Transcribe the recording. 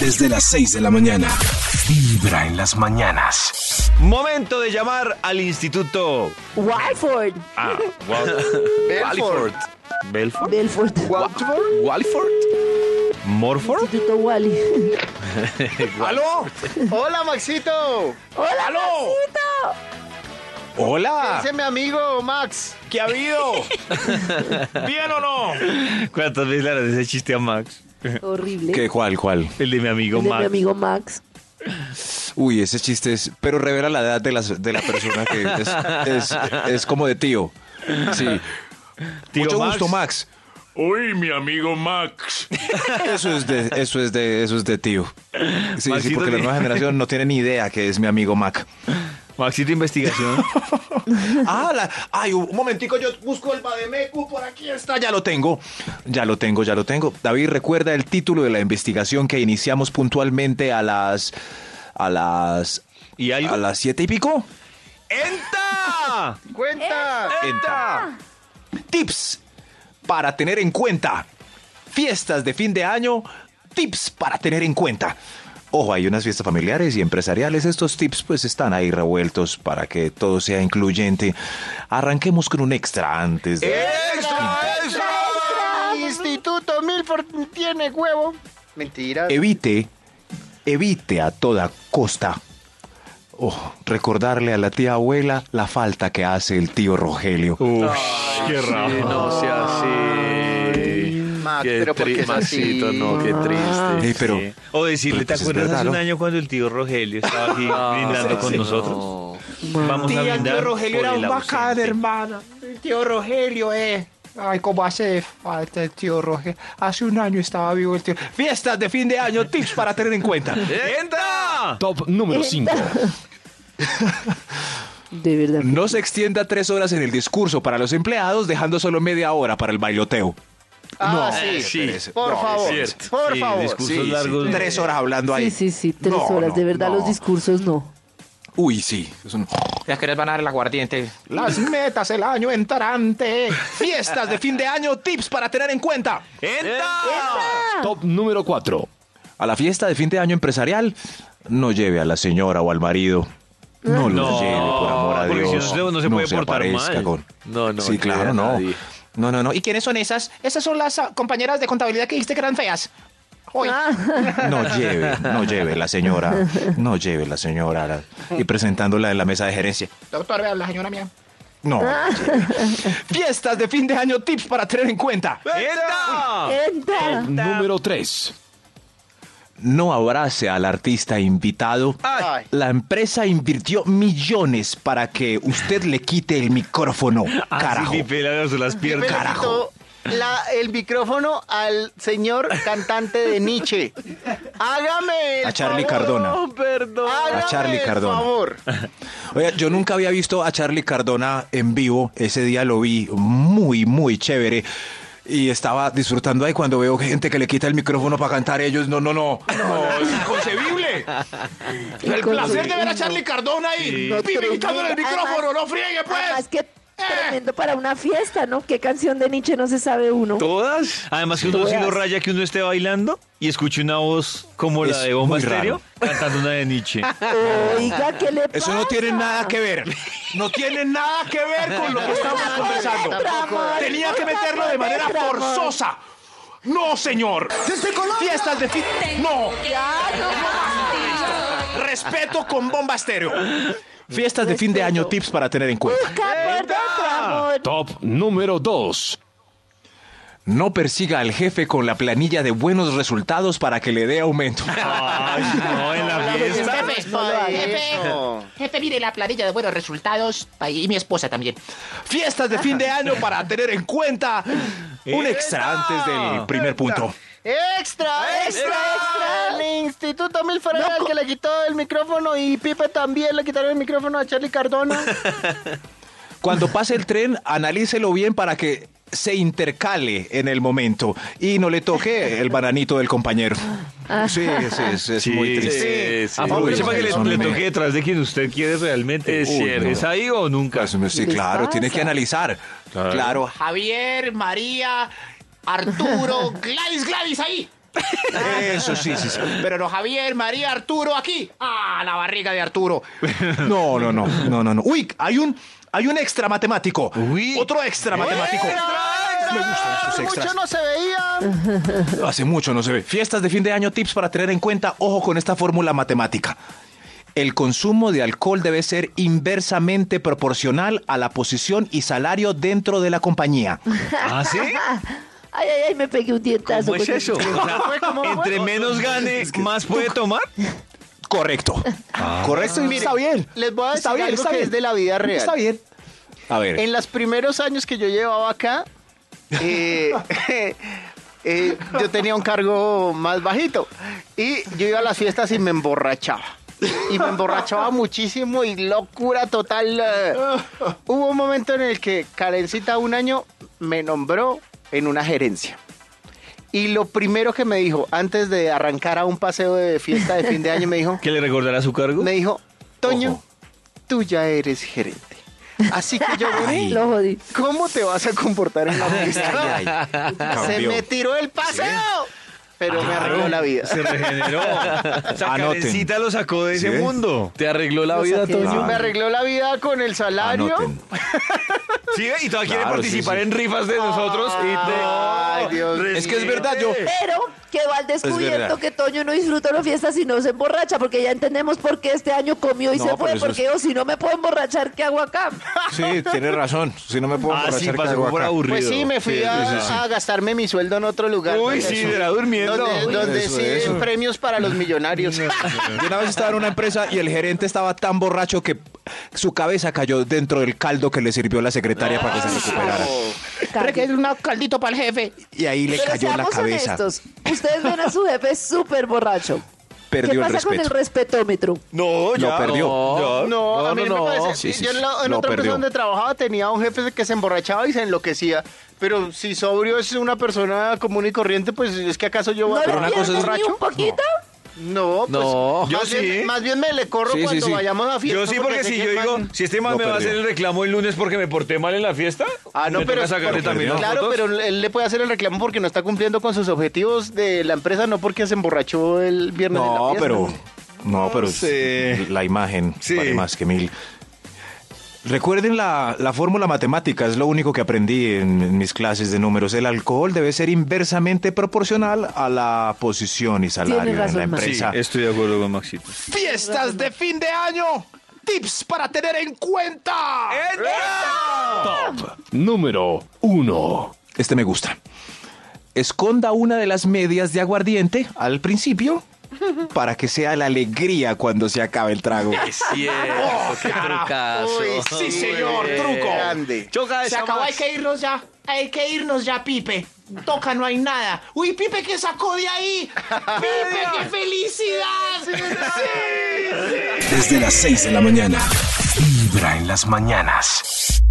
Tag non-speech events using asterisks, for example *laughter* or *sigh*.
desde las 6 de la mañana. Vibra en las mañanas. Momento de llamar al Instituto Walford. Ah, Wal- Belfort. Walford. Ah. Belfort. Belfort. Watford. Walford. Morford. Instituto Wally. *laughs* ¡Aló! ¡Hola, Maxito! ¡Hola, ¡Aló! *laughs* Maxito! Ah. Hola. Ese es mi amigo, Max. ¿Qué ha habido? ¿Bien o no? ¿Cuántas veces le harás ese chiste a Max? Horrible. ¿Qué, cuál, cuál? El de mi amigo El de Max. mi amigo Max. Uy, ese chiste es. Pero revela la edad de, las, de la persona que es, es, es como de tío. Sí. Tío Mucho Max. gusto, Max. Uy, mi amigo Max. Eso es de, eso es de, eso es de tío. Sí, sí, Maxito porque la tiene- nueva generación no tiene ni idea que es mi amigo Mac. Maxito Investigación. Ah, la- ay, un momentico, yo busco el Bademecu, *laughs* por aquí está, ya lo tengo, ya lo tengo, ya lo tengo. David, recuerda el título de la investigación que iniciamos puntualmente a las, a las, ¿Y algo? a las siete y pico. ¡Enta! ¡Cuenta! Entra. Ah. Tips para tener en cuenta. Fiestas de fin de año, tips para tener en cuenta. Ojo, hay unas fiestas familiares y empresariales. Estos tips pues están ahí revueltos para que todo sea incluyente. Arranquemos con un extra antes de... El Instituto Milford tiene huevo. Mentira. Evite, evite a toda costa. Oh, recordarle a la tía abuela la falta que hace el tío Rogelio. qué raro. no sea así. Max, Qué pero ¿por qué es triste, así? Ah, Maxito, no, qué triste. Ey, Eh, pero, Sí. O decirle, pero ¿te pues es acuerdas verdad, hace un ¿no? año cuando el tío Rogelio estaba aquí brindando con Ah, sí, nosotros? no. Vamos a brindar por el ausente. hermano. El tío Rogelio, eh. Ay, ¿cómo hace falta el tío Rogelio? Hace un año estaba vivo el tío. Fiestas de fin de año, tips para tener en cuenta. ¡Enta! *laughs* Top número 5. De verdad. No se extienda tres horas en el discurso para los empleados, dejando solo media hora para el bailoteo. Ah, No, sí. sí. espérese. Por No, favor. cierto. Por Sí, favor. discursos sí, sí, largos. tres horas hablando ahí. Sí, sí, sí, tres No, horas. de no, verdad, no. los discursos no. Uy, sí. es un- Las que les van a dar el aguardiente. Las metas el año entrante. Fiestas de fin de año, tips para tener en cuenta. Eh, ¡Enta! Top número 4. A la fiesta de fin de año empresarial, no lleve a la señora o al marido. No los No, lleve, por amor a porque si Dios. no, no se puede portar aparezca mal. No, no, sí, ni a claro, no. nadie. No, no, no. ¿Y quiénes son esas? Esas son las ah, compañeras de contabilidad que dijiste que eran feas. Hoy. Ah, No lleve, no lleve la señora, no lleve la señora la- y presentándola en la mesa de gerencia. Doctor, vea, la señora mía. No. *laughs* Fiestas de fin de año, tips para tener en cuenta. ¡Enta! ¡Entra! Número 3. No abrace al artista invitado. Ay. La empresa invirtió millones para que usted le quite el micrófono. Ah, Carajo. Así Pipe se las Pipe piernas. le carajo. quitó la- el micrófono al señor cantante de Nietzsche. Hágame el A Charlie favor. Cardona. Perdón. Hágame A Charlie el Cardona. favor. Oiga, yo nunca había visto a Charlie Cardona en vivo. Ese día lo vi muy, muy chévere. Y estaba disfrutando ahí cuando veo gente que le quita el micrófono para cantar ellos. No, no, no. No, es inconcebible. El placer de ver a Charlie Cardona ahí. No, Pipe, quitándole el tremendo. micrófono. Además- No friegue, Además pues. que tremendo para una fiesta, ¿no? ¿Qué canción de Nietzsche no se sabe uno? ¿Todas? Además que uno sí lo Todas. raya que uno esté bailando y escuche una voz como la Es de Bomba muy Estéreo raro. cantando una de Nietzsche. Oiga, ¿qué le pasa? Eso no tiene nada que ver. No tiene nada que ver con lo que estamos conversando. Tenía que meterlo de manera forzosa. No, señor. Fiestas de fin. No. Respeto con bomba estéreo. Fiestas de fin de año, tips para tener en cuenta. Busca por dentro, amor. Top número 2. No persiga al jefe con la planilla de buenos resultados para que le dé aumento. Ay, no, en la fiesta. Jefe, No lo haga jefe, eso. jefe, mire la planilla de buenos resultados. pa- Y mi esposa también. Fiestas de fin de año para tener en cuenta. Un extra antes del primer punto. Extra, extra, extra. El Instituto Milford era el que le quitó el micrófono y Pipe también le quitaron el micrófono a Charlie *laughs* Cardona. Cuando pase el tren, analícelo bien para que se intercale en el momento y no le toque el bananito del compañero. Sí, sí, es, es muy triste. Ah, sí, sí. Aproveche para Ah, que le, Son le me- toque detrás de quien usted quiere realmente. Es cierto. ¿Es ahí o nunca? Pues, no, Sí, ¿Les claro, pasa? tiene que analizar. Claro. *laughs* Javier, María, Arturo, Gladys, Gladys, ahí. Eso sí, sí, *laughs* sí. Pero no, Javier, María, Arturo, aquí. ¡Ah, la barriga de Arturo! No, no, no, no, no, no. Uy, hay un, hay un extra matemático. Otro extra matemático. Me gustan esos extras. Mucho no se veía. Hace mucho no se ve. Fiestas de fin de año, tips para tener en cuenta. Ojo con esta fórmula matemática. El consumo de alcohol debe ser inversamente proporcional a la posición y salario dentro de la compañía. ¿Ah, sí? Ay, ay, ay, me pegué un dientazo. ¿Cómo es porque- *laughs* eso? O sea, entre menos gane, más puede tomar. Correcto. Ah. Correcto. y está bien. Les voy a decir Está bien, algo está que bien. es de la vida real. Está bien. A ver. En los primeros años que yo llevaba acá, eh, eh, yo tenía un cargo más bajito. Y yo iba a las fiestas y me emborrachaba. Y me emborrachaba muchísimo y locura total. eh. Hubo un momento en el que Karencita un año me nombró en una gerencia. Y lo primero que me dijo, antes de arrancar a un paseo de fiesta de fin de año, *laughs* me dijo, ¿Qué le recordará su cargo? me dijo, Toño, Ojo. tú ya eres gerente. Así que yo vení, Lo jodí. ¿Cómo te vas a comportar en la fiesta? Se Cambió. me tiró el paseo, pero me arregló la vida. Se *laughs* regeneró. O sea, Anoten. Karencita lo sacó de ¿Sí ese ven? mundo. ¿Te arregló la Lo vida, saqué. Toño? Me arregló la vida con el salario. Anoten. Pues Sí, ve? y todavía quiere Claro, sí, participar sí. en rifas de nosotros. y te- Ay, Dios mío. Es que es verdad, yo. Pero que va al descubierto verdad. que Toño no disfruta una fiesta si no se emborracha, porque ya entendemos por qué este año comió y No, se pero fue, eso porque yo si no me puedo emborrachar, ¿qué hago acá? Sí, tienes razón. Si no me puedo Ah, sí, emborrachar, ¿qué pasó hago por acá? aburrido. Pues sí, me fui a, a gastarme mi sueldo en otro lugar. Pues Uy, Eso. sí, era durmiendo. Donde, donde Eso, sí eso. den premios para los millonarios. Yo una vez estaba en una empresa y el gerente estaba tan borracho que su cabeza cayó dentro del caldo que le sirvió la secretaria para que se recuperara. que es un caldito para el jefe. Y ahí le Pero cayó en la seamos cabeza. honestos, ustedes ven a su jefe súper borracho. ¿Qué Perdió el pasa con el respeto. respetómetro? No, Lo perdió. No, *laughs* No, a mí no, me parece. Sí, sí, Yo en, la- sí. en Lo otra empresa perdió. donde trabajaba tenía un jefe que se emborrachaba y se enloquecía. Pero si sobrio es una persona común y corriente, pues es que acaso yo ¿No voy a le trabajar una cosa pierdes es ni borracho? un poquito? No, pues, No. yo más, Yo sí. bien, más bien me le corro Sí, sí, cuando sí. vayamos a fiesta. Yo sí, porque sé si que yo el man- digo, si este man Lo me va a hacer perdió. el reclamo el lunes porque me porté mal en la fiesta, Ah, no, me pero toca sacarle porque- también las claro, fotos. pero él le puede hacer el reclamo porque no está cumpliendo con sus objetivos de la empresa, no porque se emborrachó el viernes en la No, fiesta. pero. No, pero sé. la imagen Sí. vale más que mil. Recuerden la, la fórmula matemática, es lo único que aprendí en, en mis clases de números. El alcohol debe ser inversamente proporcional a la posición y salario en razón, la Max. Sí, empresa. estoy de acuerdo con Maxito. Fiestas de fin de año, tips para tener en cuenta. Número 1. Este me gusta. Esconda una de las medias de aguardiente al principio para que sea la alegría cuando se acabe el trago. Sí, qué trucazo. Uy, Uy. sí, señor, truco. Grande. Choca Se esa acabó, hay Max. que irnos ya. Hay que irnos ya, Pipe. Toca, no hay nada. Uy, Pipe, ¿qué sacó *laughs* de ahí? Pipe, qué felicidad. Desde las 6 de la mañana. Vibra en las mañanas.